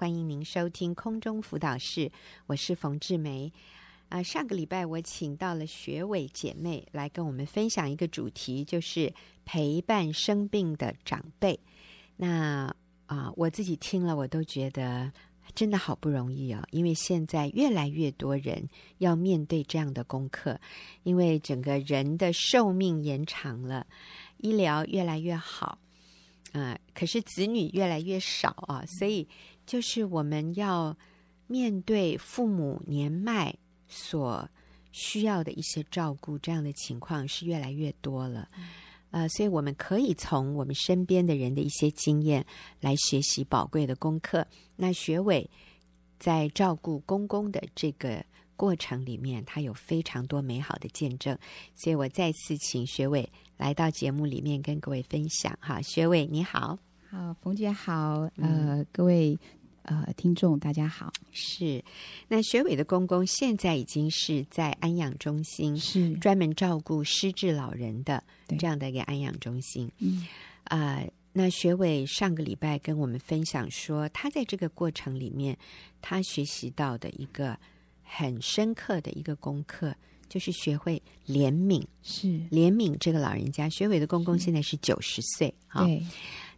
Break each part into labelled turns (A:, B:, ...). A: 欢迎您收听空中辅导室，我是冯志梅。啊、上个礼拜我请到了学伟姐妹来跟我们分享一个主题，就是陪伴生病的长辈。那啊、我自己听了我都觉得真的好不容易哦，因为现在越来越多人要面对这样的功课，因为整个人的寿命延长了，医疗越来越好，啊、可是子女越来越少啊，所以就是我们要面对父母年迈所需要的一些照顾，这样的情况是越来越多了。呃，所以我们可以从我们身边的人的一些经验来学习宝贵的功课。那学伟在照顾公公的这个过程里面，他有非常多美好的见证，所以我再次请学伟来到节目里面跟各位分享哈。学伟你好，
B: 好，冯姐好，
A: 嗯
B: 呃，各位呃听众大家好，
A: 是那学伟的公公现在已经是在安养中心，
B: 是
A: 专门照顾失智老人的
B: 对
A: 这样的一个安养中心。
B: 嗯，
A: 啊、那学伟上个礼拜跟我们分享说，他在这个过程里面，他学习到的一个很深刻的一个功课，就是学会怜悯，
B: 是，
A: 怜悯这个老人家。学伟的公公
B: 是
A: 现在是九十岁，啊，
B: 对，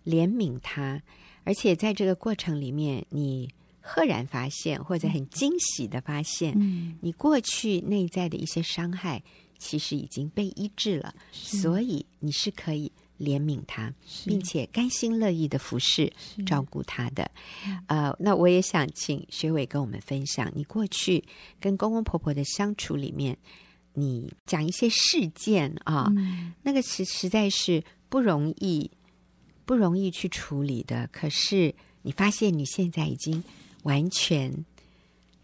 A: 怜悯他，而且在这个过程里面，你赫然发现，或者很惊喜的发现，
B: 嗯，
A: 你过去内在的一些伤害，其实已经被医治了，
B: 是
A: 所以你是可以怜悯他，
B: 是嗯
A: 并且甘心乐意的服侍、
B: 是
A: 照顾他的。
B: 嗯
A: 呃，那我也想请学伟跟我们分享，你过去跟公公婆婆的相处里面，你讲一些事件啊，
B: 嗯
A: 那个实实在是不容易，不容易去处理的。可是你发现你现在已经完全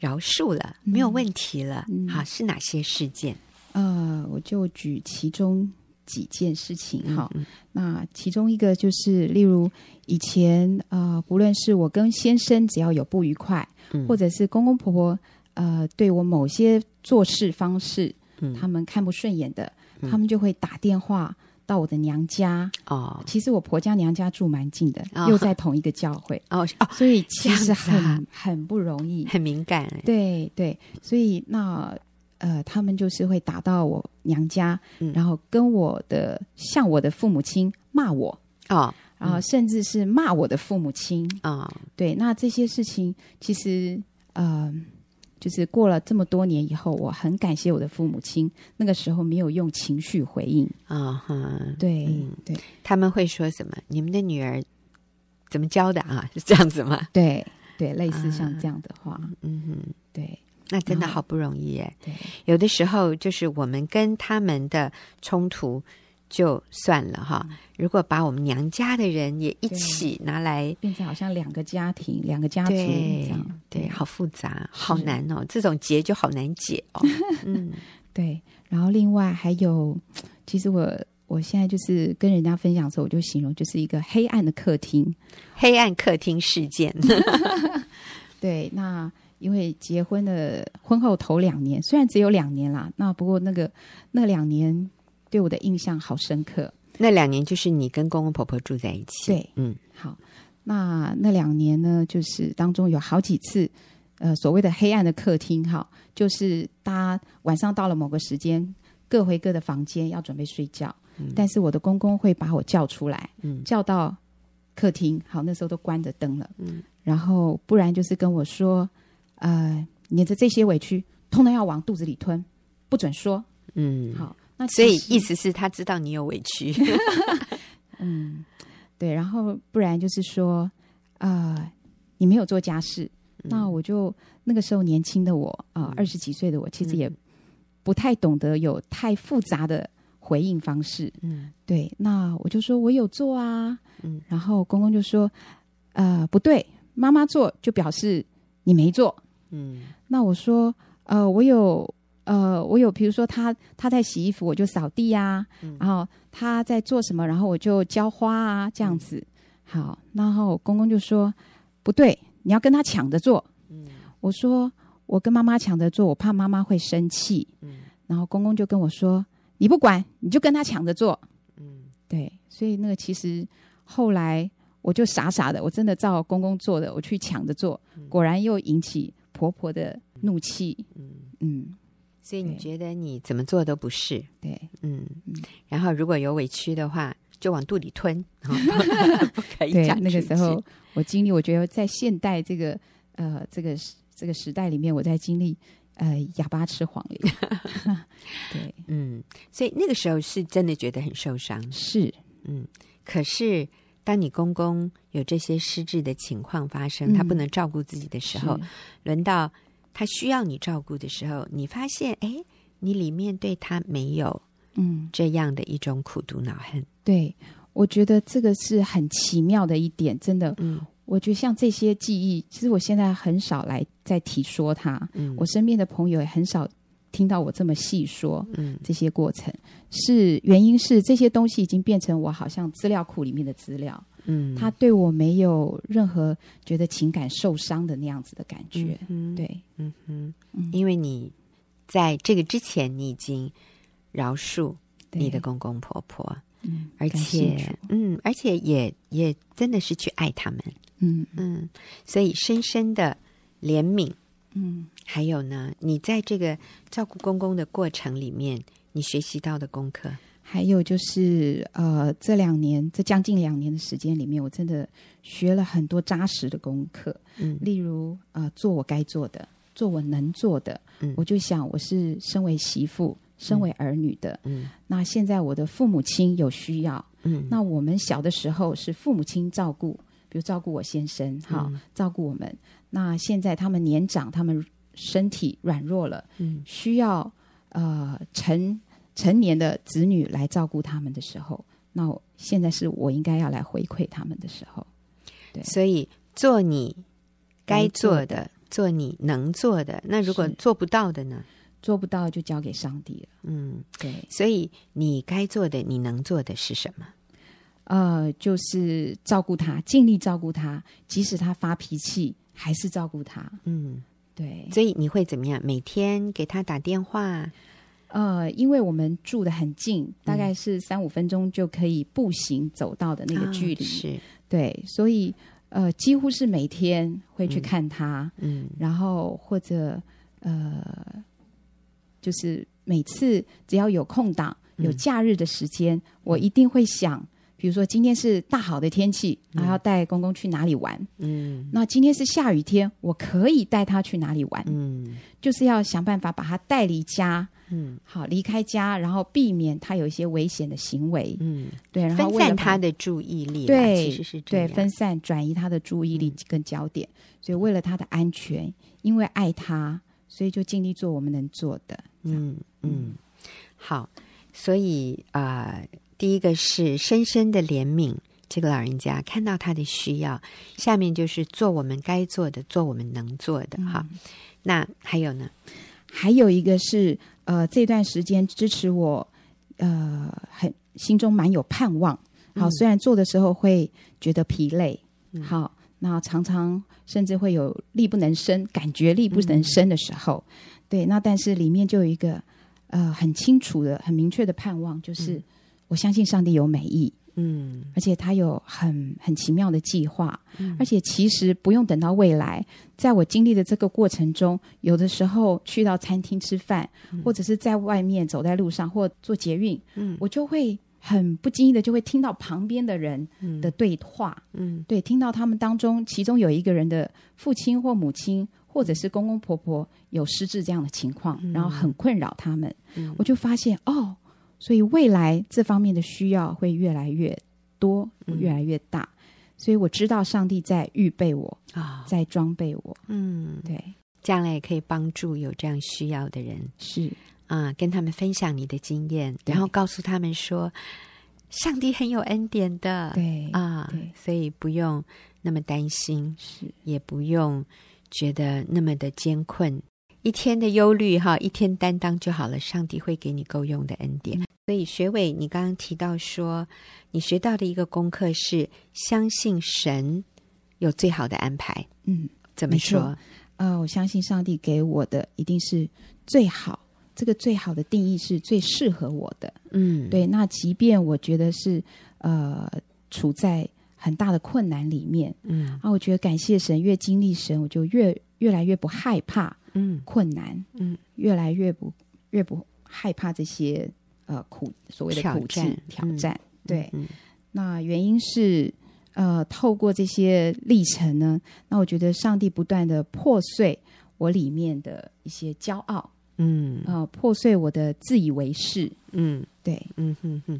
A: 饶恕了，没有问题了。
B: 嗯
A: 好，是哪些事件？
B: 呃，我就举其中几件事情哈。
A: 嗯
B: 那其中一个就是，例如以前呃，不论是我跟先生只要有不愉快，
A: 嗯
B: 或者是公公婆婆呃对我某些做事方式
A: 嗯
B: 他们看不顺眼的，
A: 嗯
B: 他们就会打电话到我的娘家。
A: 哦
B: 其实我婆家娘家住蛮近的，
A: 哦
B: 又在同一个教会，
A: 哦是哦，
B: 所以
A: 这
B: 其实
A: 样子啊
B: 很、很不容易。
A: 很敏感哎。
B: 对对，所以那呃，他们就是会打到我娘家，
A: 嗯
B: 然后跟我的向我的父母亲骂我，
A: 哦
B: 然后
A: 嗯
B: 甚至是骂我的父母亲。
A: 哦，
B: 对，那这些事情其实呃。就是过了这么多年以后，我很感谢我的父母亲，那个时候没有用情绪回应。
A: 啊哈，
B: 对、
A: 嗯
B: 对
A: 他们会说什么？你们的女儿怎么教的啊？是这样子吗？
B: 对对，类似像
A: 啊
B: 这样的话，
A: 嗯哼，
B: 对
A: 那真的
B: 然后
A: 好不容易哎。
B: 对
A: 有的时候就是我们跟他们的冲突就算了哈，
B: 嗯
A: 如果把我们娘家的人也一起拿来，
B: 变成好像两个家庭、两个家族
A: 对
B: 这样。
A: 对，好复杂，好难哦，这种结就好难解哦。 嗯
B: 对，然后另外还有，其实我我现在就是跟人家分享的时候，我就形容就是一个黑暗的客厅。
A: 黑暗客厅事件，
B: 对，那因为结婚的婚后头两年，虽然只有两年啦，那不过那个那两年对我的印象好深刻。
A: 那两年就是你跟公公婆婆住在一起，
B: 对，
A: 嗯
B: 好，那那两年呢，就是当中有好几次，呃，所谓的黑暗的客厅哈，就是大家晚上到了某个时间，各回各的房间要准备睡觉，但是我的公公会把我叫出来，
A: 嗯
B: 叫到客厅，好，那时候都关着灯了，
A: 嗯，
B: 然后不然就是跟我说，呃，你的这些委屈，通通要往肚子里吞，不准说，
A: 嗯，
B: 好，那其
A: 所以
B: 实
A: 意思是他知道你有委屈，
B: 嗯， 对，然后不然就是说，呃，你没有做家事，
A: 嗯
B: 那我就那个时候年轻的我啊，二、十、几岁的我，其实也不太懂得有太复杂的回应方式。
A: 嗯
B: 对，那我就说我有做啊，
A: 嗯
B: 然后公公就说，呃，不对，妈妈做就表示你没做。
A: 嗯
B: 那我说，呃，我有，呃，我有，比如说他他在洗衣服，我就扫地啊，
A: 嗯
B: 然后他在做什么，然后我就浇花啊，这样
A: 嗯
B: 子。好，然后公公就说，不对，你要跟他抢着做。
A: 嗯
B: 我说，我跟妈妈抢着做，我怕妈妈会生气。
A: 嗯
B: 然后公公就跟我说，你不管，你就跟他抢着做。
A: 嗯
B: 对，所以那个其实后来我就傻傻的，我真的照公公做的，我去抢着做，果然又引起婆婆的怒气。
A: 嗯，
B: 嗯，
A: 所以你
B: 对
A: 觉得你怎么做都不是，
B: 对，
A: 嗯
B: 嗯，
A: 然后如果有委屈的话，就往肚里吞， 哦不可以
B: 对，
A: 讲
B: 那个
A: 出
B: 时
A: 去
B: 候，我经历，我觉得在现代这个呃这个时这个时代里面，我在经历呃哑巴吃黄连。 对，
A: 嗯，所以那个时候是真的觉得很受伤，
B: 是，
A: 嗯，可是。当你公公有这些失智的情况发生，他
B: 嗯
A: 不能照顾自己的时候，
B: 是
A: 轮到他需要你照顾的时候，你发现，哎，你里面对他没有
B: 嗯，
A: 这样的一种苦毒恼恨，
B: 对，我觉得这个是很奇妙的一点，真的，
A: 嗯
B: 我觉得像这些记忆，其实我现在很少来再提说它，
A: 嗯，
B: 我身边的朋友也很少听到我这么细说
A: 嗯
B: 这些过程。是原因是这些东西已经变成我好像资料库里面的资料，
A: 嗯，
B: 他对我没有任何觉得情感受伤的那样子的感觉。
A: 嗯，
B: 对，
A: 嗯哼，
B: 嗯
A: 因为你在这个之前，你已经饶恕
B: 对
A: 你的公公婆婆，
B: 嗯，
A: 而
B: 感
A: 且
B: 谢主，
A: 嗯，而且也也真的是去爱他们，
B: 嗯
A: 嗯，所以深深的怜悯。
B: 嗯，
A: 还有呢，你在这个照顾公公的过程里面，你学习到的功课，
B: 还有就是呃，这两年这将近两年的时间里面，我真的学了很多扎实的功课，
A: 嗯
B: 例如呃，做我该做的，做我能做的。
A: 嗯
B: 我就想，我是身为媳妇，身为儿女的，
A: 嗯
B: 那现在我的父母亲有需要，
A: 嗯，
B: 那我们小的时候是父母亲照顾，比如照顾我先生，哈、
A: 嗯
B: 照顾我们。那现在他们年长，他们身体软弱了，
A: 嗯
B: 需要呃成成年的子女来照顾他们的时候，那我现在是我应该要来回馈他们的时候。
A: 所以做你该
B: 该做
A: 做的，做你能做的。那如果
B: 是
A: 做不到的呢？
B: 做不到就交给上帝了。
A: 嗯，
B: 对，
A: 所以你该做的，你能做的是什么？
B: 呃，就是照顾他，尽力照顾他，即使他发脾气，还是照顾他。
A: 嗯，
B: 对，
A: 所以你会怎么样？每天给他打电话，
B: 呃，因为我们住的很近，大概是三五分钟就可以步行走到的那个
A: 嗯啊
B: 距离。
A: 是，
B: 对，所以呃，几乎是每天会去看他，
A: 嗯
B: 然后或者呃，就是每次只要有空档、有
A: 嗯
B: 假日的时间，我一定会想。比如说今天是大好的天气，然后要带公公去哪里玩？
A: 嗯
B: 那今天是下雨天，我可以带他去哪里玩？
A: 嗯
B: 就是要想办法把他带离家，
A: 嗯
B: 好离开家，然后避免他有一些危险的行为。
A: 嗯，
B: 对，然后
A: 分
B: 为了
A: 散他
B: 的
A: 的注意力啦，
B: 对
A: 其实是这
B: 对
A: 样，
B: 分散转移他的注意
A: 嗯
B: 力跟焦点。所以为了他的安全，因为爱他，所以就尽力做我们能做的。
A: 嗯嗯，好，所以啊、呃第一个是深深的怜悯这个老人家，看到他的需要，下面就是做我们该做的，做我们能做
B: 嗯
A: 的哈。那还有呢？
B: 还有一个是，呃，这段时间支持我，呃，很心中蛮有盼望。好，
A: 嗯
B: 虽然做的时候会觉得疲累，好，那常常甚至会有力不能伸，感觉力不能伸的时候，对，那但是里面就有一个呃很清楚的、很明确的盼望，就是、我相信上帝有美意，
A: 嗯
B: 而且他有很很奇妙的计划，而且其实不用等到未来，在我经历的这个过程中，有的时候去到餐厅吃饭，或者是在外面走在路上或坐捷运，
A: 嗯
B: 我就会很不经意的就会听到旁边的人
A: 嗯
B: 的对话，
A: 嗯
B: 对，听到他们当中其中有一个人的父亲或母亲。或者是公公婆婆有失智这样的情况，然后很困扰他们，
A: 嗯
B: 我就发现哦，所以未来这方面的需要会越来越多，
A: 嗯
B: 越来越大。所以我知道上帝在预备我，
A: 啊、
B: 在装备我。
A: 嗯，
B: 对，
A: 将来也可以帮助有这样需要的人
B: 是，
A: 啊、跟他们分享你的经验，
B: 对
A: 然后告诉他们说，上帝很有恩典的，
B: 对，
A: 啊
B: 对，
A: 所以不用那么担心。
B: 是，
A: 也不用觉得那么的艰困。一天的忧虑哈，一天担当就好了，上帝会给你够用的恩
B: 嗯
A: 典。所以学伟，你刚刚提到说，你学到的一个功课是相信神有最好的安排。
B: 嗯，
A: 怎么说？
B: 呃，我相信上帝给我的一定是最好。这个最好的定义是最适合我的。
A: 嗯，，
B: 对，那即便我觉得是呃处在很大的困难里面
A: 嗯
B: 啊。我觉得感谢神，越经历神，我就越越来越不害怕
A: 嗯
B: 困难，
A: 嗯，
B: 越来越不越不害怕这些呃苦所谓的
A: 挑
B: 苦气
A: 战
B: 挑
A: 嗯
B: 战。对，
A: 嗯
B: 那原因是呃，透过这些历程呢，那我觉得上帝不断的破碎我里面的一些骄傲，
A: 嗯
B: 呃，破碎我的自以为是，
A: 嗯
B: 对，
A: 嗯哼哼，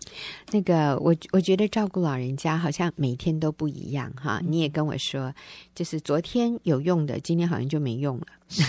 A: 那个我我觉得照顾老人家好像每天都不一样哈。
B: 嗯
A: 你也跟我说，就是昨天有用的，今天好像就没用了。
B: 是，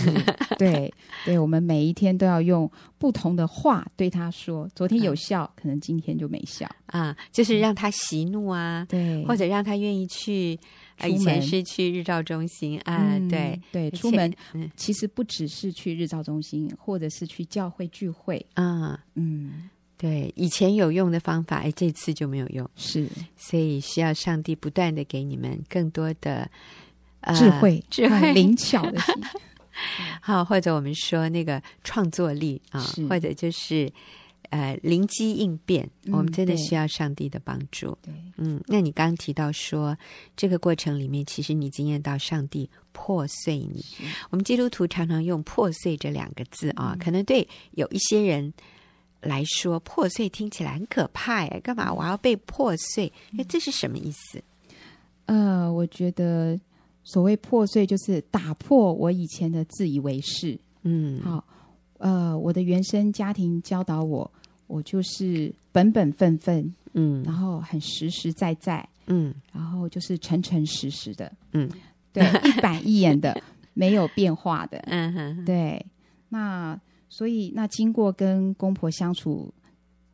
B: 对，对，我们每一天都要用不同的话对他说，昨天
A: 嗯
B: 有效，可能今天就没效，
A: 啊，就是让他息怒啊，
B: 对，
A: 或者让他愿意去，呃，
B: 嗯出
A: 以前
B: 门
A: 是去日照中心啊，
B: 嗯
A: 对，
B: 对，
A: 而
B: 出
A: 且
B: 门
A: 嗯
B: 其实不只是去日照中心，或者是去教会聚会，
A: 啊，
B: 嗯，
A: 对，以前有用的方法，哎，这次就没有用，
B: 是
A: 所以需要上帝不断的给你们更多的、呃
B: 智慧、
A: 智
B: 还
A: 慧
B: 有灵巧的心，
A: 好，或者我们说那个创作力啊
B: 是，
A: 或者就是呃灵机应变，
B: 嗯
A: 我们真的
B: 对
A: 需要上帝的帮助。
B: 对，
A: 嗯，那你刚提到说，这个过程里面，其实你经验到上帝破碎你。 我们基督徒常常用“破碎”这两个字啊，
B: 嗯
A: 可能对有一些人来说，破碎听起来很可怕哎，干嘛我要被破碎？
B: 嗯
A: 哎，这是什么意思？
B: 呃，我觉得所谓破碎，就是打破我以前的自以为是。
A: 嗯，
B: 好，呃，我的原生家庭教导我，我就是本本分分，
A: 嗯
B: 然后很实实在在，
A: 嗯
B: 然后就是诚诚实实的，
A: 嗯，
B: 对，一板一眼的，没有变化的，
A: 嗯哼，
B: 对。那所以，那经过跟公婆相处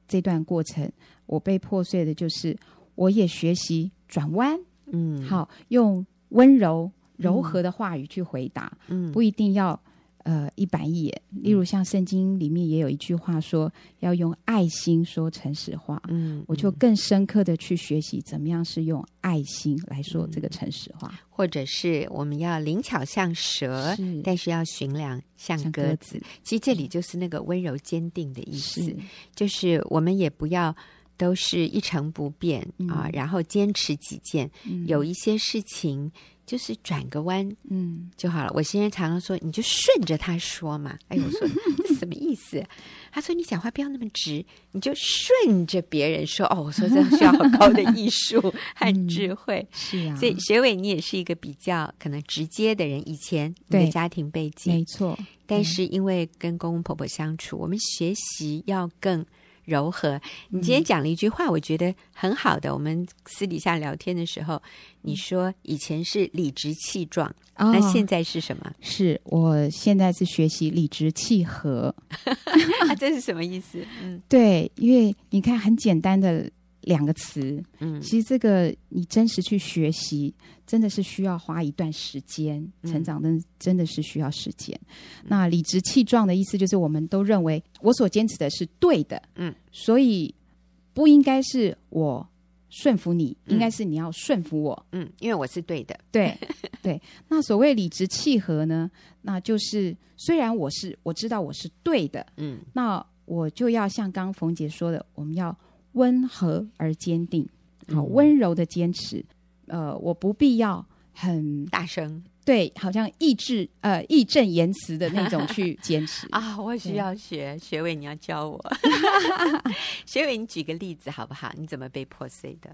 B: 这段过程，我被破碎的就是，我也学习转弯，
A: 嗯，
B: 好，用温柔柔
A: 嗯
B: 和的话语去回答，
A: 嗯，
B: 不一定要呃一板一眼。例如像圣经里面也有一句话说，要用爱心说诚实话。
A: 嗯，
B: 我就更深刻的去学习怎么样是用爱心来说这个诚实话，
A: 或者是我们要灵巧像蛇，
B: 是
A: 但是要驯良像
B: 像
A: 鸽
B: 鸽
A: 子
B: 子。嗯
A: 其实这里就是那个温柔坚定的意思
B: 是，
A: 就是我们也不要都是一成不变啊、
B: 嗯
A: 然后坚持己见。
B: 嗯
A: 有一些事情就是转个弯
B: 嗯
A: 就好了。我先生常常说，你就顺着他说 嘛。哎，我说这什么意思？他说你讲话不要那么直，你就顺着别人说。哦，我说这需要好高的艺术
B: 嗯
A: 和智慧。
B: 是啊，
A: 所以学伟，你也是一个比较可能直接的人。以前你
B: 对
A: 的家庭背景，
B: 没错，
A: 但是因为跟公公婆婆相处，我们学习要更柔和。你今天讲了一句话，我觉得很好的。我们私底下聊天的时候，你说以前是理直气壮，
B: 哦
A: 那现在是 什么？
B: 是我现在是学习理直气和，
A: 啊，这是什么意思？嗯
B: 对，因为你看很简单的两个词，
A: 嗯
B: 其实这个你真实去学习，真的是需要花一段时间，
A: 嗯
B: 成长真真的是需要时间。那理直气壮的意思就是，我们都认为我所坚持的是对的，
A: 嗯，
B: 所以不应该是我顺服你，
A: 嗯
B: 应该是你要顺服我。
A: 嗯，因为我是对的，
B: 对对，那所谓理直气和呢，那就是虽然我是我知道我是对的，
A: 嗯
B: 那我就要像刚冯姐说的，我们要温和而坚定，好
A: 嗯
B: 温柔的坚持。呃，我不必要很
A: 大声
B: 对，好像义志呃义正言辞的那种去 坚持。
A: 啊，我需
B: 对
A: 要学学伟，你要教我。 学伟，你举个例子好不好？你怎么被破碎的？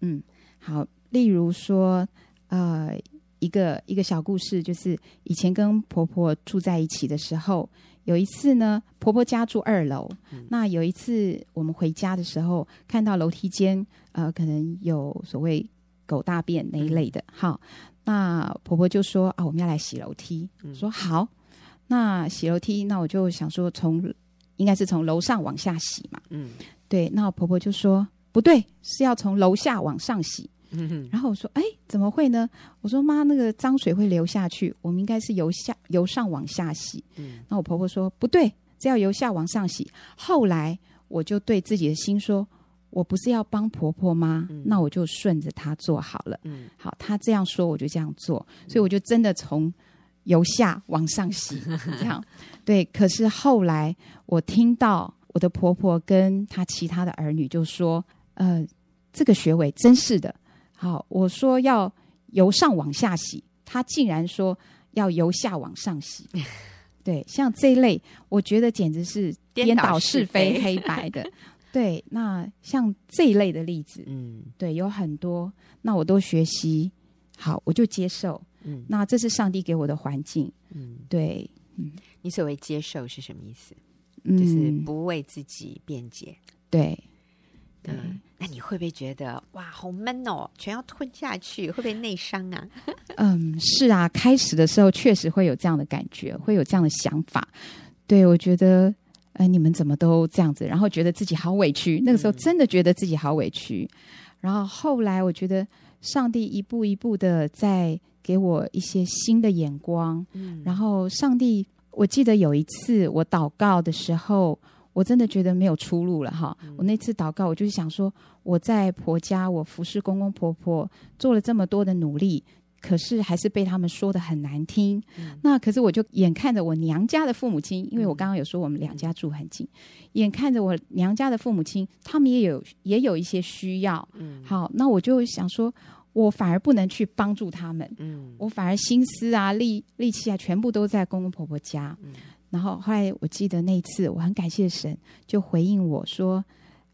B: 嗯，好，例如说，呃，一个一个小故事，就是以前跟婆婆住在一起的时候，有一次呢，婆婆家住二楼，那有一次我们回家的时候，看到楼梯间，呃，可能有所谓狗大便那一类的，好，那婆婆就说啊，我们要来洗楼梯，
A: 嗯
B: 说好，那洗楼梯，那我就想说从应该是从楼上往下洗嘛，
A: 嗯
B: 对，那我婆婆就说不对，是要从楼下往上洗。
A: 嗯哼
B: 然后我说，哎，怎么会呢？我说妈，那个脏水会流下去，我们应该是由下由上往下洗。
A: 嗯
B: 那我婆婆说不对，是要由下往上洗。后来我就对自己的心说，我不是要帮婆婆吗？
A: 嗯
B: 那我就顺着她做好了。
A: 嗯
B: 好，她这样说我就这样做，所以我就真的从由下往上 洗，这样对。可是后来我听到我的婆婆跟她其他的儿女就说：“呃，这个学位真是的，好，我说要由上往下洗，他竟然说要由下往上 洗。对，像这一类，我觉得简直是
A: 颠
B: 颠
A: 倒
B: 倒
A: 是
B: 是非
A: 非
B: 黑白的。对，那像这一类的例子，
A: 嗯
B: 对，有很多，那我都学习，好，我就接受。
A: 嗯
B: 那这是上帝给我的环境，
A: 嗯，
B: 对，
A: 你所谓接受是什么意思？
B: 嗯，
A: 就是不为自己辩解。
B: 对，对，
A: 嗯，那你会不会觉得哇，好闷哦，全要吞下去，会不会内伤啊？
B: 嗯，是啊，开始的时候确实会有这样的感觉，会有这样的想法。对我觉得，呃，你们怎么都这样子，然后觉得自己好委屈。那个时候
A: 嗯
B: 真的觉得自己好委屈。然后后来我觉得，上帝一步一步的在给我一些新的眼光，
A: 嗯，
B: 然后上帝，我记得有一次我祷告的时候，我真的觉得没有出路了哈。
A: 嗯
B: 我那次祷告，我就是想说，我在婆家，我服侍公公婆婆，做了这么多的努力。可是还是被他们说的很难听。
A: 嗯
B: 那可是我就眼看着我娘家的父母亲，因为我
A: 嗯
B: 刚刚有说我们两家住很近，眼看着我娘家的父母亲，他们也有也有一些需要。
A: 嗯，
B: 好，那我就想说，我反而不能去帮助他们。
A: 嗯，
B: 我反而心思啊、力力气啊，全部都在公公婆婆家。
A: 嗯
B: 然后后来我记得那一次，我很感谢神，就回应我说，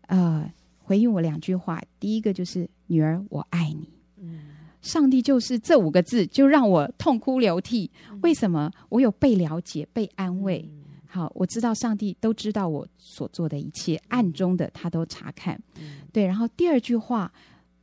B: 呃，回应我两句话。第一个就是“女儿，我爱你”。
A: 嗯
B: 上帝就是这五个字，就让我痛哭流涕。
A: 嗯
B: 为什么？我有被了解、被安慰。好，我知道上帝都知道我所做的一切，暗中的他都查看。
A: 嗯
B: 对，然后第二句话，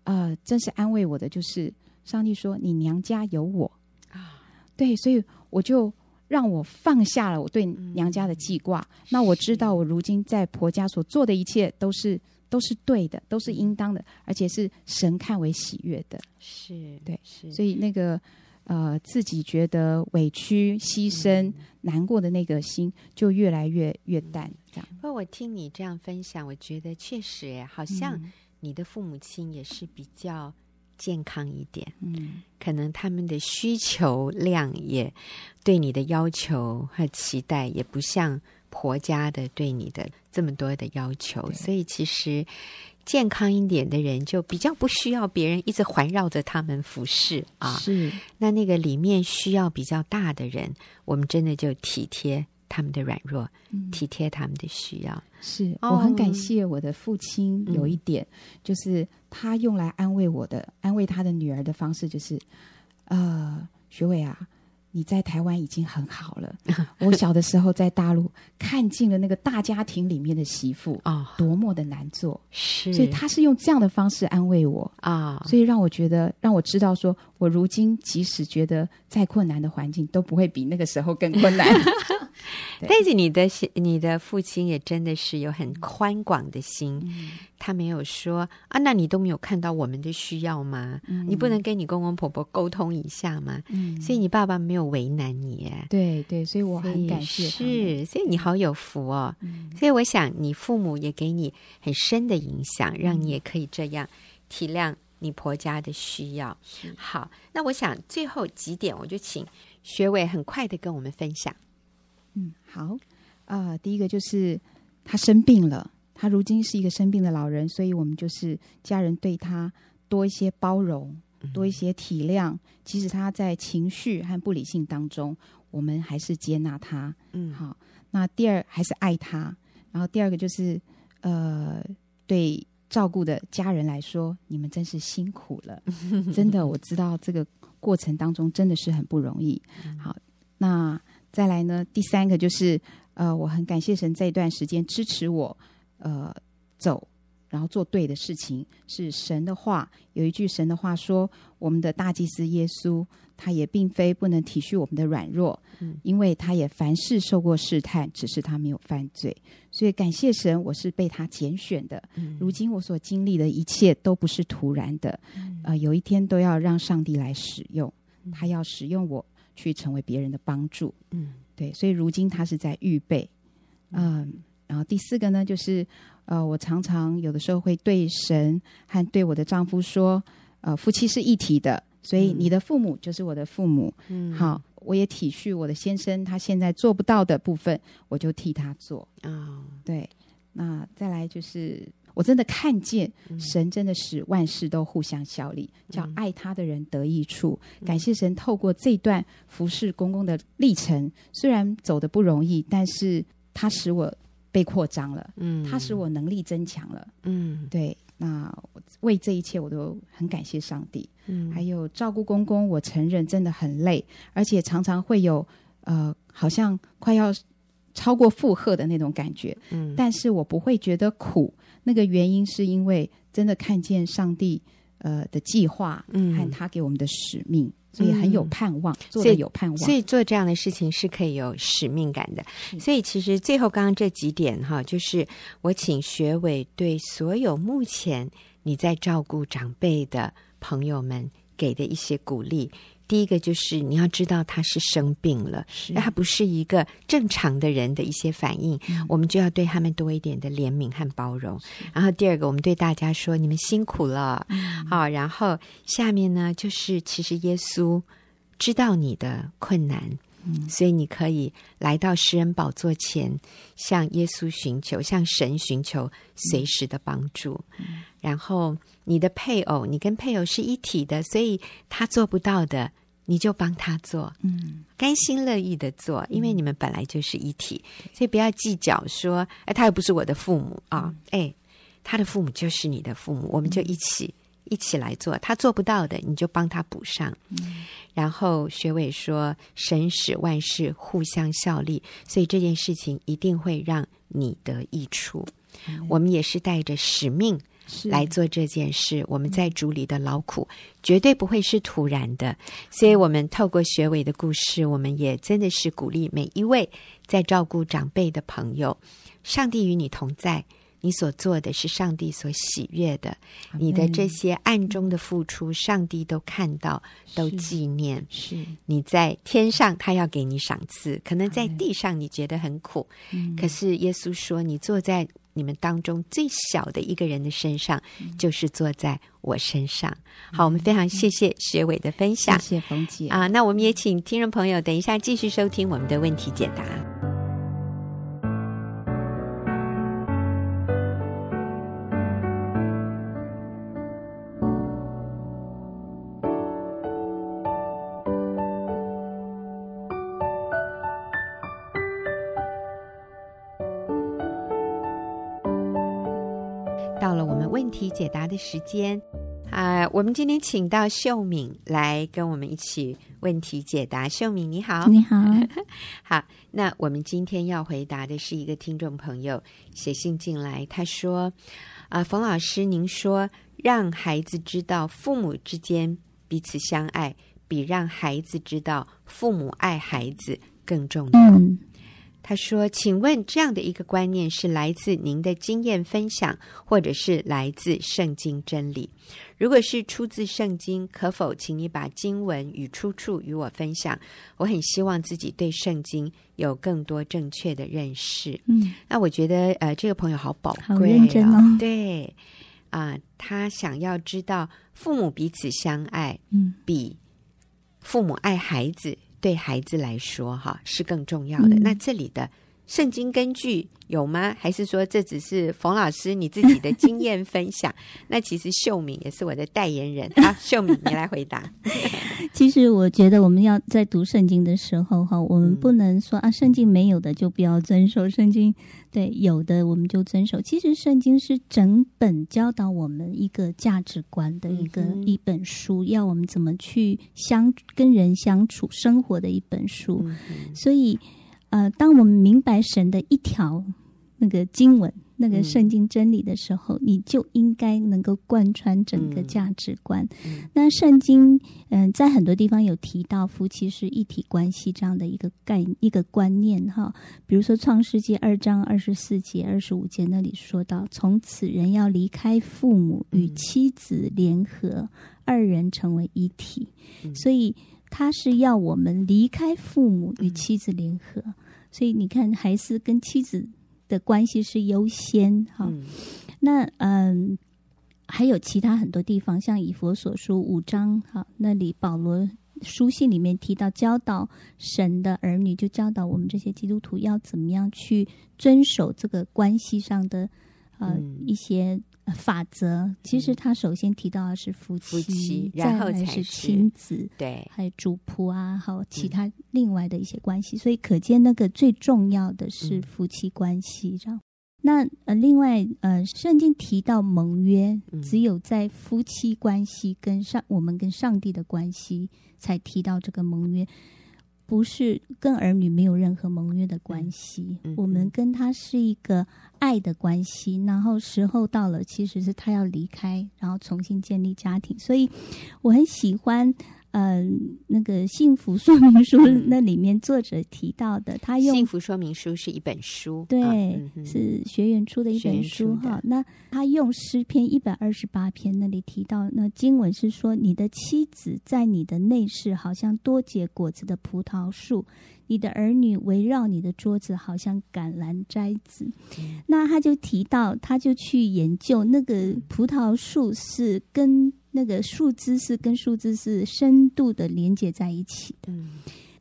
B: 呃，真是安慰我的就是，上帝说：“你娘家有我。”
A: 啊，
B: 对，所以我就让我放下了我对
A: 嗯
B: 娘家的记挂。那我知道，我如今在婆家所做的一切都是都是对的，都
A: 嗯
B: 是应当的，而且是神看为喜悦的。
A: 是，
B: 对
A: 是，
B: 所以那个呃，自己觉得委屈、
A: 嗯
B: 牺牲、难过的那个心，就越来越越
A: 嗯
B: 淡。这样，
A: 不过我听你这样分享，我觉得确实耶，好像
B: 嗯
A: 你的父母亲也是比较健康一点，
B: 嗯
A: 可能他们的需求量也对你的要求和期待也不像婆家的对你的这么多的要求，
B: 对
A: 所以其实健康一点的人就比较不需要别人一直环绕着他们服侍啊。
B: 是
A: 那那个里面需要比较大的人，我们真的就体贴他们的软弱，
B: 嗯
A: 体贴他们的需要。
B: 是，
A: 哦
B: 我很感谢我的父亲。
A: 嗯
B: 有一点、就是他用来安慰我的、安慰他的女儿的方式，就是呃，学伟啊，你在台湾已经很好 了。我小的时候在大陆看尽了那个大家庭里面的媳妇
A: 哦，
B: 多么的难做，
A: 是，
B: 所以他是用这样的方式安慰我。
A: 嗯啊，
B: 所以让我觉得，让我知道说，我如今即使觉得再困难的环境，都不会比那个时候更 困难。对
A: 但是你的心你的父亲也真的是有很宽广的心，
B: 嗯
A: 他没有说啊，那你都没有看到我们的需要吗？你不能跟你公公婆婆沟通一下吗？
B: 嗯，
A: 所以你爸爸没有为难你耶，
B: 对对，所以我
A: 所
B: 很
A: 以
B: 感谢他们。
A: 是，所以你好有福哦。
B: 嗯
A: 所以我想，你父母也给你很深的影响，
B: 嗯
A: 让你也可以这样体谅你婆家的需要。好，那我想最后几点，我就请学伟很快的跟我们分享。
B: 嗯，好，呃，第一个就是他生病了，他如今是一个生病的老人，所以我们就是家人对他多一些包容，多一些体谅，即使他在情绪和不理性当中，我们还是接纳他。
A: 嗯
B: 好，那第二还是爱他，然后第二个就是呃，对照顾的家人来说，你们真是辛苦了，真的，我知道这个过程当中真的是很不容易。好，那再来呢，第三个就是呃，我很感谢神这一段时间支持我，呃，走。然后做对的事情是神的话，有一句神的话说：“我们的大祭司耶稣，他也并非不能体恤我们的软弱，因为他也凡事受过试探，只是他没有犯罪。所以感谢神，我是被他拣选的。
A: 嗯
B: 如今我所经历的一切都不是突然的，
A: 嗯
B: 呃，有一天都要让上帝来使用，他要使用我去成为别人的帮助。
A: 嗯
B: 对，所以如今他是在预备，嗯，然后第四个呢，就是呃，我常常有的时候会对神和对我的丈夫说，呃，夫妻是一体的，所以你的父母就是我的父母，
A: 嗯
B: 好，我也体恤我的先生，他现在做不到的部分，我就替他做。
A: 啊、哦，
B: 对，那再来就是，我真的看见
A: 嗯
B: 神真的使万事都互相效力，叫爱他的人得益处。
A: 嗯
B: 感谢神，透过这段服侍公公的历程，虽然走的不容易，但是他使我被扩张了，
A: 嗯，
B: 他使我能力增强了。
A: 嗯
B: 对，那我为这一切我都很感谢上帝。
A: 嗯
B: 还有照顾公公，我承认真的很累，而且常常会有呃，好像快要超过负荷的那种感觉。
A: 嗯
B: 但是我不会觉得苦，那个原因是因为真的看见上帝呃的计划
A: 嗯
B: 和他给我们的使命，所以很有盼望，做的有盼望。
A: 所以做这样的事情是可以有使命感的。所以其实最后刚刚这几点哈，就是我请学委对所有目前你在照顾长辈的朋友们给的一些鼓励。第一个就是你要知道他是生病了，
B: 是
A: 那他不是一个正常的人的一些反应，
B: 嗯
A: 我们就要对他们多一点的怜悯和包容。然后第二个，我们对大家说：你们辛苦了，好、然后下面呢，就是其实耶稣知道你的困难，所以你可以来到施恩宝座前，向耶稣寻求，向神寻求随时的帮助。然后你的配偶，你跟配偶是一体的，所以他做不到的，你就帮他做。
B: 嗯，
A: 甘心乐意的做，因为你们本来就是一体，所以不要计较说，哎，他又不是我的父母啊，哎，他的父母就是你的父母，我们就一起、一起来做，他做不到的，你就帮他补上。然后学伟说，神使万事互相效力，所以这件事情一定会让你得益处。我们也是带着使命
B: 是
A: 来做这件事，我们在主里的劳苦绝对不会是突然的，所以我们透过学伟的故事，我们也真的是鼓励每一位在照顾长辈的朋友，上帝与你同在。你所做的是上帝所喜悦的，你的这些暗中的付出，上帝都看到，都
B: 是
A: 纪念。
B: 是
A: 你在天上，他要给你赏赐；可能在
B: 阿门
A: 地上，你觉得很苦，
B: 嗯
A: 可是耶稣说，你坐在你们当中最小的一个人的身上，就是坐在我身上。好，我们非常谢谢学伟的分享
B: 谢谢冯姐
A: 啊！那我们也请听众朋友等一下继续收听我们的问题解答。到了我们问题解答的时间。啊、我们今天请到秀敏来跟我们一起问题解答。秀敏，你
B: 嗯
A: 好，
C: 你好，
A: 好，那我们今天要回答的是一个听众朋友写信进来，他说：“啊、冯老师，您说让孩子知道父母之间彼此相爱，比让孩子知道父母爱孩子更重要。
C: 嗯，
A: 他说：“请问这样的一个观念是来自您的经验分享，或者是来自圣经真理？如果是出自圣经，可否请你把经文与出处与我分享？我很希望自己对圣经有更多正确的认识。”
C: 嗯，
A: 那我觉得，呃，这个朋友好宝贵、哦，
C: 好认真哦
A: 对，啊、他想要知道父母彼此相爱，
C: 嗯，
A: 比父母爱孩子对孩子来说哈是更重要的。
C: 嗯
A: 那这里的圣经根据有吗？还是说这只是冯老师你自己的经验分 享？那其实秀敏也是我的代言人啊，秀敏你来回答。
C: 其实我觉得我们要在读圣经的时候，哈，
A: 嗯
C: 我们不能说、啊，圣经没有的就不要遵守，圣经对有的我们就遵守。其实圣经是整本教导我们一个价值观的一个、
A: 嗯哼
C: 一本书，要我们怎么去相跟人相处、生活的一本书。
A: 嗯
C: 所以，呃，当我们明白神的一条那个经文、那个
A: 嗯
C: 圣经真理的时候，你就应该能够贯穿整个
A: 嗯
C: 价值观。
A: 嗯
C: 那圣经，嗯、在很多地方有提到夫妻是一体关系这样的一个概一个观念哈。比如说《创世纪》二章二十四节、二十五节那里说到，从此人要离开父母，与
A: 嗯
C: 妻子联合，二人成为一体。
A: 嗯
C: 所以他是要我们离开父母与
A: 嗯
C: 妻子联合。所以你看，还是跟妻子的关系是优先哈。
A: 嗯
C: 那嗯，还有其他很多地方，像以佛所书五章哈，那里保罗书信里面提到教导神的儿女，就教导我们这些基督徒要怎么样去遵守这个关系上的呃、
A: 嗯
C: 一些呃法则，其实他首先提到的是夫
A: 夫妻
C: 再
A: 然后
C: 来
A: 才是
C: 是亲子，
A: 对，嗯
C: 还有主仆啊，还有其他另外的一些关系，所以可见那个最重要的是
A: 嗯
C: 夫妻关系。这样，那呃，另外呃，圣经提到盟约，
A: 嗯
C: 只有在夫妻关系跟上我们跟上帝的关系才提到这个盟约，不是跟儿女没有任何盟约的关系，
A: 嗯嗯
C: 我们跟他是一个爱的关系，然后时候到了，其实是他要离开，然后重新建立家庭，所以我很喜欢。嗯、那个《幸福说明 书》
A: 嗯
C: 那里面作者提到的，他用
A: 幸福说明书是一本书，
C: 对，
A: 啊嗯哼
C: 是学员出的一
A: 学员
C: 本
A: 出
C: 书
A: 的
C: 哈。那他用诗篇一百二十八篇那里提到，那经文是说：“你的妻子在你的内室，好像多结果子的葡萄树；你的儿女围绕你的桌子，好像橄榄摘子。
A: 嗯
C: 那他就提到，他就去研究那个葡萄树是跟那个树枝是跟树枝是深度的连接在一起的。
A: 嗯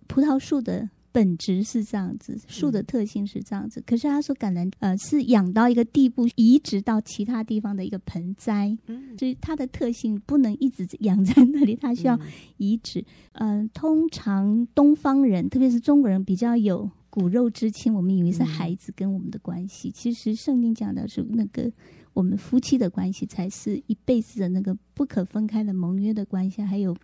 C: 葡萄树的本质是这样子，树
A: 嗯
C: 的特性是这样子。可是他说橄榄呃是养到一个地步，移植到其他地方的一个盆栽，
A: 嗯，
C: 所以它的特性不能一直养在 那里，它需要
A: 嗯
C: 移植。嗯、通常东方人，特别是中国人，比较有骨肉之亲，我们以为是
A: 嗯
C: 孩子跟我们的关系，其实圣经讲的是那个我们夫妻的关系，才是一辈子的那个不可分开的盟约的关系，还有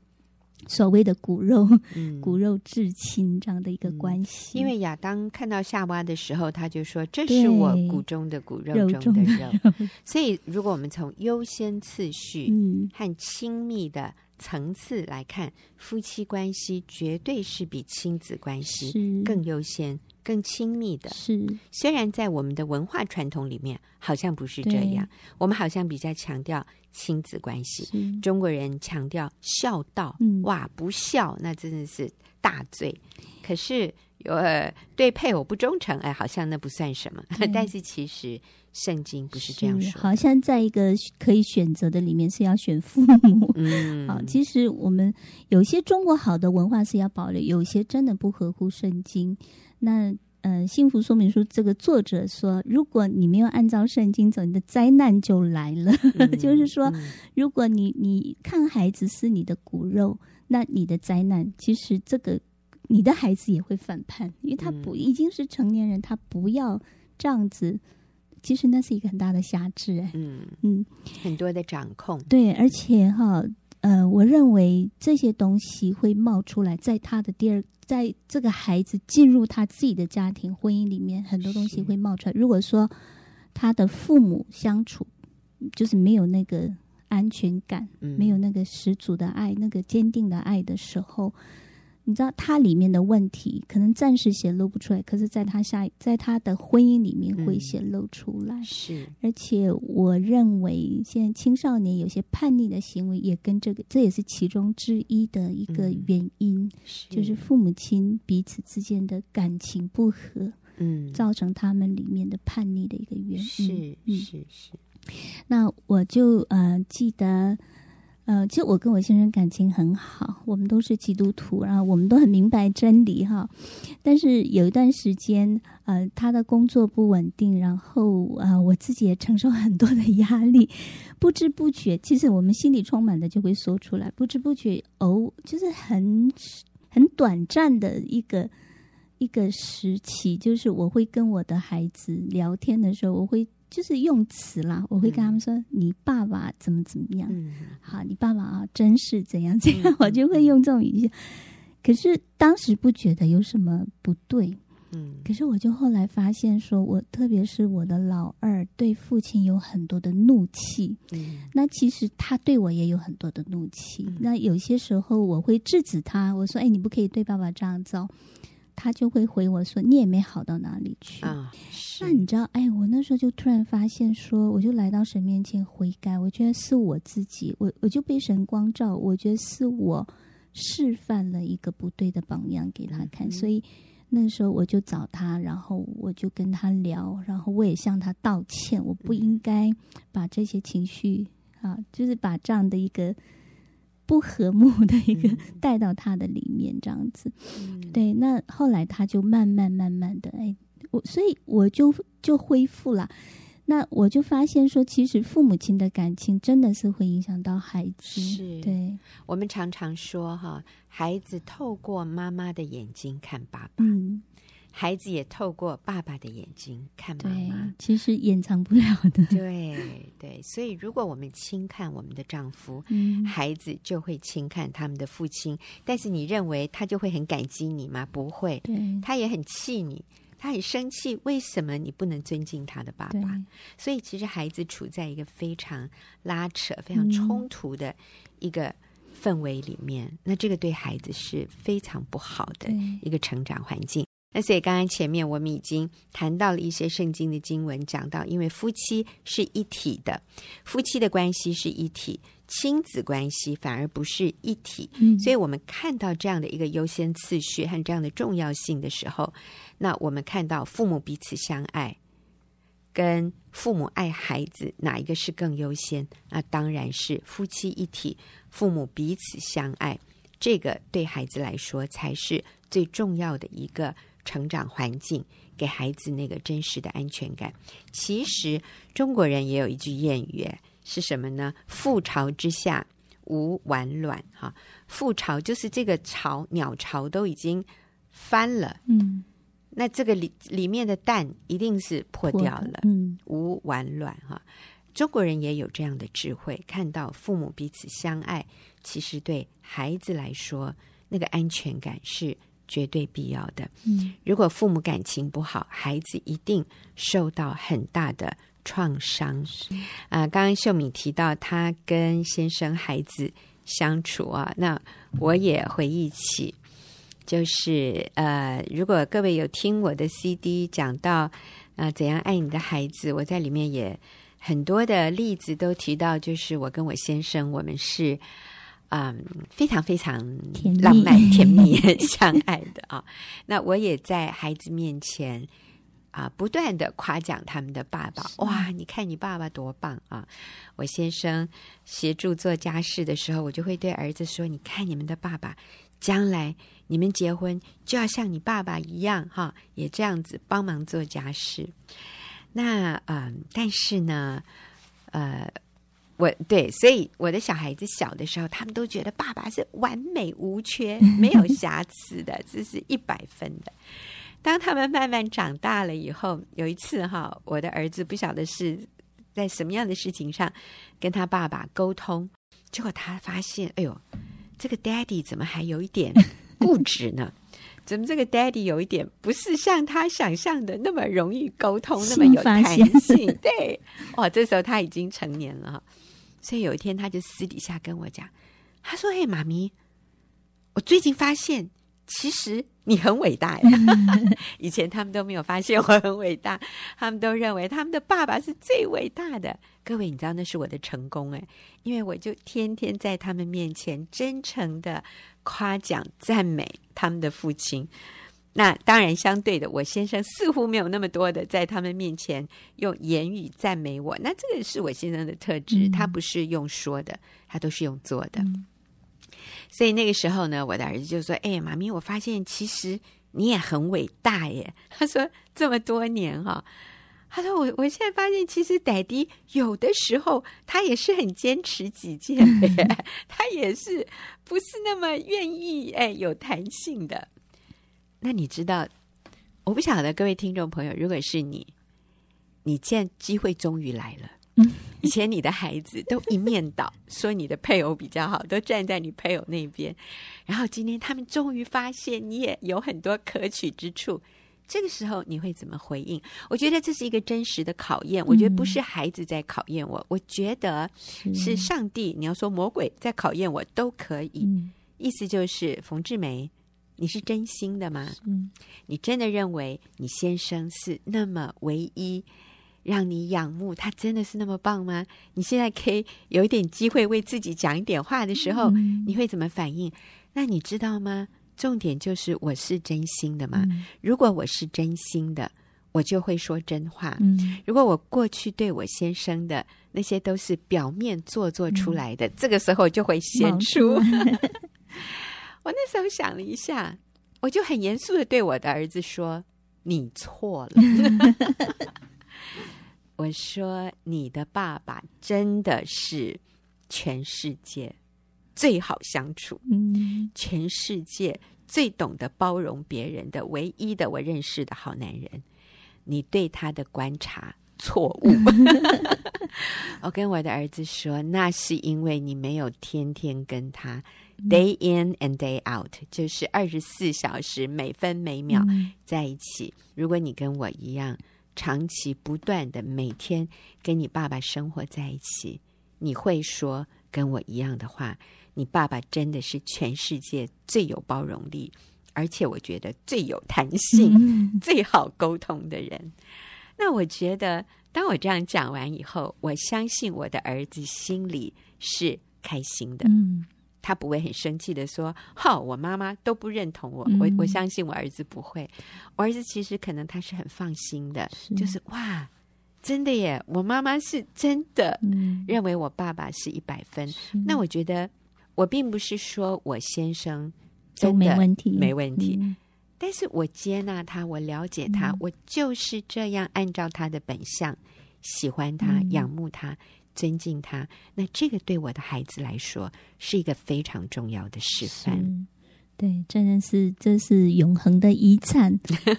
C: 所谓的骨肉。
A: 嗯
C: 骨肉至亲这样的一个
A: 嗯
C: 关系。
A: 因为亚当看到夏娃的时候，他就说：“这
C: 对
A: 是我骨中的骨，肉
C: 肉
A: 中的
C: 中的
A: 肉。所以，如果我们从优先次序
C: 嗯，
A: 和亲密的层次来看，夫妻关系绝对是比亲子关系
C: 是
A: 更优先、更亲密的。
C: 是
A: 虽然在我们的文化传统里面，好像不是这样，我们好像比较强调亲子关系。
C: 是
A: 中国人强调孝道，
C: 嗯
A: 哇，不孝那真的是大罪。可是，呃，对配偶不忠诚，哎，好像那不算什么。
C: 对
A: 但是其实圣经不是这样说的，
C: 嗯好像在一个可以选择的里面是要选父母。
A: 嗯，
C: 好，其实我们有些中国好的文化是要保留，有些真的不合乎圣经。那呃，《幸福说明书》这个作者说，如果你没有按照圣经走，你的灾难就来了。
A: 嗯
C: 就是说
A: 嗯
C: 如果你你看孩子是你的骨肉，那你的灾难其实这个你的孩子也会反叛，因为他
A: 嗯
C: 不、已经是成年人，他不要这样子，其实那是一个很大的瑕疵、哎，
A: 嗯，
C: 嗯，
A: 很多的掌控，
C: 对，而且哈，呃，我认为这些东西会冒出来，在他的第二，在这个孩子进入他自己的家庭婚姻里面，很多东西
A: 是
C: 会冒出来。如果说他的父母相处就是没有那个安全感，
A: 嗯，
C: 没有那个十足的爱、那个坚定的爱的时候，你知道它里面的问题可能暂时显露不出来，可是在他下在他的婚姻里面会
A: 嗯
C: 显露出来。
A: 是，
C: 而且我认为，现在青少年有些叛逆的行为也跟这个，这也是其中之一的一个
A: 嗯
C: 原因，就是父母亲彼此之间的感情不和，
A: 嗯，
C: 造成他们里面的叛逆的一个原因。
A: 是
C: 嗯
A: 是是，
C: 那我就呃记得，呃，其实我跟我先生感情很好，我们都是基督徒，然后我们都很明白真理哈。但是有一段时间，呃，他的工作不稳定，然后呃，我自己也承受很多的压力，不知不觉，其实我们心里充满的就会说出来，不知不觉，偶就是很很短暂的一个。一个时期，就是我会跟我的孩子聊天的时候，我会就是用词啦，我会跟他们说：“你爸爸怎么怎么样？
A: 嗯，
C: 好，你爸爸啊，真是怎样怎
A: 嗯
C: 样。” 我就会用这种语气。可是当时不觉得有什么不对，
A: 嗯
C: 可是我就后来发现说，我特别是我的老二对父亲有很多的怒气，
A: 嗯
C: 那其实他对我也有很多的怒气。
A: 嗯
C: 那有些时候我会制止他，我说：“哎，你不可以对爸爸这样子哦。”他就会回我说：“你也没好到哪里去。
A: 啊，是
C: 那你知道，哎，我那时候就突然发现说，我就来到神面前悔改，我觉得是我自己，我我就被神光照，我觉得是我示范了一个不对的榜样给他看，
A: 嗯哼
C: 所以那时候我就找他，然后我就跟他聊，然后我也向他道歉，我不
A: 嗯
C: 应该把这些情绪啊，就是把这样的一个不和睦的一个
A: 嗯
C: 带到他的里面，这样子。
A: 嗯
C: 对，那后来他就慢慢慢慢的，哎，我所以我就就恢复了。那我就发现说，其实父母亲的感情真的是会影响到孩子，
A: 是
C: 对，
A: 我们常常说哈，孩子透过妈妈的眼睛看爸爸，
C: 嗯，
A: 孩子也透过爸爸的眼睛看妈
C: 对
A: 妈。，
C: 其实掩藏不了 的，
A: 对对，所以如果我们轻看我们的丈夫，
C: 嗯，
A: 孩子就会轻看他们的父亲。但是你认为他就会很感激你吗？不会，
C: 对，
A: 他也很气你，他很生气，为什么你不能尊敬他的爸
C: 对，
A: 爸？所以其实孩子处在一个非常拉扯、非
C: 嗯
A: 常冲突的一个氛围里面，那这个对孩子是非常不好的
C: 对，
A: 一个成长环境。那所以刚刚前面我们已经谈到了一些圣经的经文，讲到因为夫妻是一体的，夫妻的关系是一体，亲子关系反而不是一体。
C: 嗯，
A: 所以我们看到这样的一个优先次序和这样的重要性的时候，那我们看到父母彼此相爱，跟父母爱孩子哪一个是更优先？那当然是夫妻一体，父母彼此相爱，这个对孩子来说才是最重要的一个成长环境，给孩子那个真实的安全感。其实中国人也有一句谚语，哎是什么呢？覆巢之下无完卵，哈、覆巢就是这个巢，鸟巢都已经翻了，
C: 嗯，
A: 那这个里里面的蛋一定是破
C: 我
A: 掉了，
C: 嗯，
A: 无完卵哈、中国人也有这样的智慧，看到父母彼此相爱，其实对孩子来说，那个安全感是绝对必要的。
C: 嗯，
A: 如果父母感情不好，孩子一定受到很大的创伤。啊、刚刚秀敏提到她跟先生、孩子相处啊，那我也回忆起，就是呃，如果各位有听我的 CD 讲到呃怎样爱你的孩子，我在里面也很多的例子都提到，就是我跟我先生，我们是。嗯，非常非常
C: 甜蜜
A: 浪漫、甜蜜相爱的啊。 那我也在孩子面前啊，不断的夸奖他们的爸爸，哇，你看你爸爸多棒啊！我先生协助做家事的时候，我就会对儿子说：“你看你们的爸爸，将来你们结婚就要像你爸爸一样，哈，也这样子帮忙做家事。那”嗯，但是呢，呃。我对，所以我的小孩子小的时候，他们都觉得爸爸是完美无缺、没有瑕疵的，这是一百分的。当他们慢慢长大了以后，有一次哈，我的儿子不晓得是在什么样的事情上跟他爸爸沟通，结果他发现，哎呦，这个 daddy 怎么还有一 点固执呢？怎么这个 daddy 有一点不是像他想象的那么容易沟通，那么
C: 新
A: 有
C: 发
A: 弹
C: 现
A: 性？ 对，哦，这时候他已经成年了哈，所以有一天他就私底下跟我讲，他说：“哎嘿，妈咪，我最近发现，其实你很伟大呀。以前他们都没有发现我很伟大，他们都认为他们的爸爸是最伟大的。各位，你知道那是我的成功哎，因为我就天天在他们面前真诚的夸奖、赞美他们的父亲。那当然，相对的，我先生似乎没有那么多的在他们面前用言语赞美我。那这个是我先生的特质，
C: 嗯
A: 他不是用说的，他都是用做的。所以那个时候呢，我的儿子就说：“哎，妈咪，我发现其实你也很伟大耶。” 他说：“这么多年哈、他说我我现在发现，其实歹迪有的时候他也是很坚持己见的耶，他也是不是那么愿意哎有弹性的。那你知道，我不晓得各位听众朋友，如果是你，你现在机会终于来了。以前你的孩子都一面倒，说你的配偶比较好，都站在你配偶那边。然后今天他们终于发现你也有很多可取之处，这个时候你会怎么回应？我觉得这是一个真实的考验。我觉得不是孩子在考验我，我觉得是上帝，你要说魔鬼在考验我都可以。
C: 嗯，
A: 意思就是，冯志梅，你是真心的吗？
C: 嗯，
A: 你真的认为你先生是那么唯一，让你仰慕，他真的是那么棒吗？你现在可以有一点机会为自己讲一点话的时候，你会怎么反应？那你知道吗？重点就是我是真心的嘛。如果我是真心的，我就会说真话。
C: 嗯，
A: 如果我过去对我先生的那些都是表面做作出来的，这个时候就会显
C: 冒
A: 出
C: 出。
A: 我那时候想了一下，我就很严肃的对我的儿子说：“你错了。” 我说你的爸爸真的是全世界最好相处，
C: 嗯，
A: 全世界最懂得包容别人的唯一的我认识的好男人。你对他的观察错误。 我跟我的儿子说，那是因为你没有天天跟他 day in and day out，就是二十四小时每分每秒
C: 嗯
A: 在一起。如果你跟我一样，长期不断的每天跟你爸爸生活在一起，你会说跟我一样的话。你爸爸真的是全世界最有包容力，而且我觉得最有弹性、
C: 嗯
A: 最好沟通的人。那我觉得，当我这样讲完以后，我相信我的儿子心里是开心的，
C: 嗯
A: 他不会很生气的说：“哈、我妈妈都不认同我。
C: 嗯
A: 我我相信我儿子不会，我儿子其实可能他是很放心的，
C: 是
A: 就是哇，真的耶，我妈妈是真的
C: 嗯，
A: 认为我爸爸是一百分。
C: 是
A: 那我觉得，我并不是说我先生
C: 都
A: 真
C: 没
A: 的
C: 问题，
A: 没问题，
C: 嗯
A: 但是我接纳他，我了解他，
C: 嗯
A: 我就是这样按照他的本相，喜欢他、
C: 嗯
A: 仰慕他、尊敬他。那这个对我的孩子来说是一个非常重要的示范。
C: 是对，真的是这是永恒的遗 产。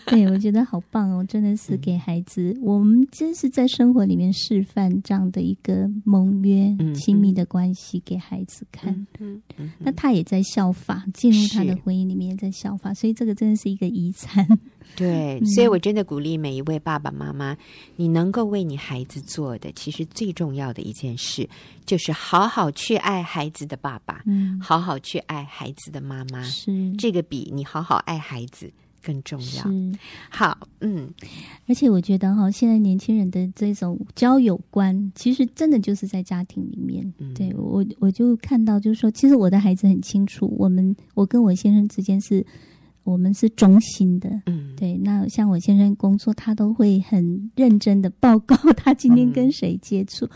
C: 对我觉得好棒哦，真的是给孩子，我们真是在生活里面示范这样的一个盟约、
A: 嗯
C: 亲密的关系给孩子看。
A: 嗯嗯嗯
C: 那他也在效法，进入他的
A: 是
C: 婚姻里面也在效法，所以这个真的是一个 遗产。
A: 对，所以我真的鼓励每一位爸爸妈妈，你能够为你孩子做的，其实最重要的一件事，就是好好去爱孩子的爸爸，
C: 嗯，
A: 好好去爱孩子的妈妈，
C: 是
A: 这个比你好好爱孩子更重要。
C: 是。
A: 好，嗯，
C: 而且我觉得哈，现在年轻人的这种交友观，其实真的就是在家庭里面。
A: 嗯
C: 对我，我就看到，就是说，其实我的孩子很清楚，我们我跟我先生之间是，我们是中心的。
A: 嗯，
C: 对，那像我先生工作，他都会很认真的报告
A: 嗯
C: 他今天跟谁接触，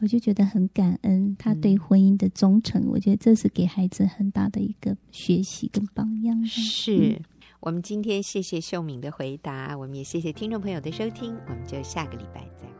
C: 我就觉得很感恩他
A: 嗯
C: 对婚姻的忠诚。我觉得这是给孩子很大的一个学习跟榜样
A: 嗯
C: 的。
A: 是我们今天谢谢秀敏的回答，我们也谢谢听众朋友的收听，我们就下个礼拜再会。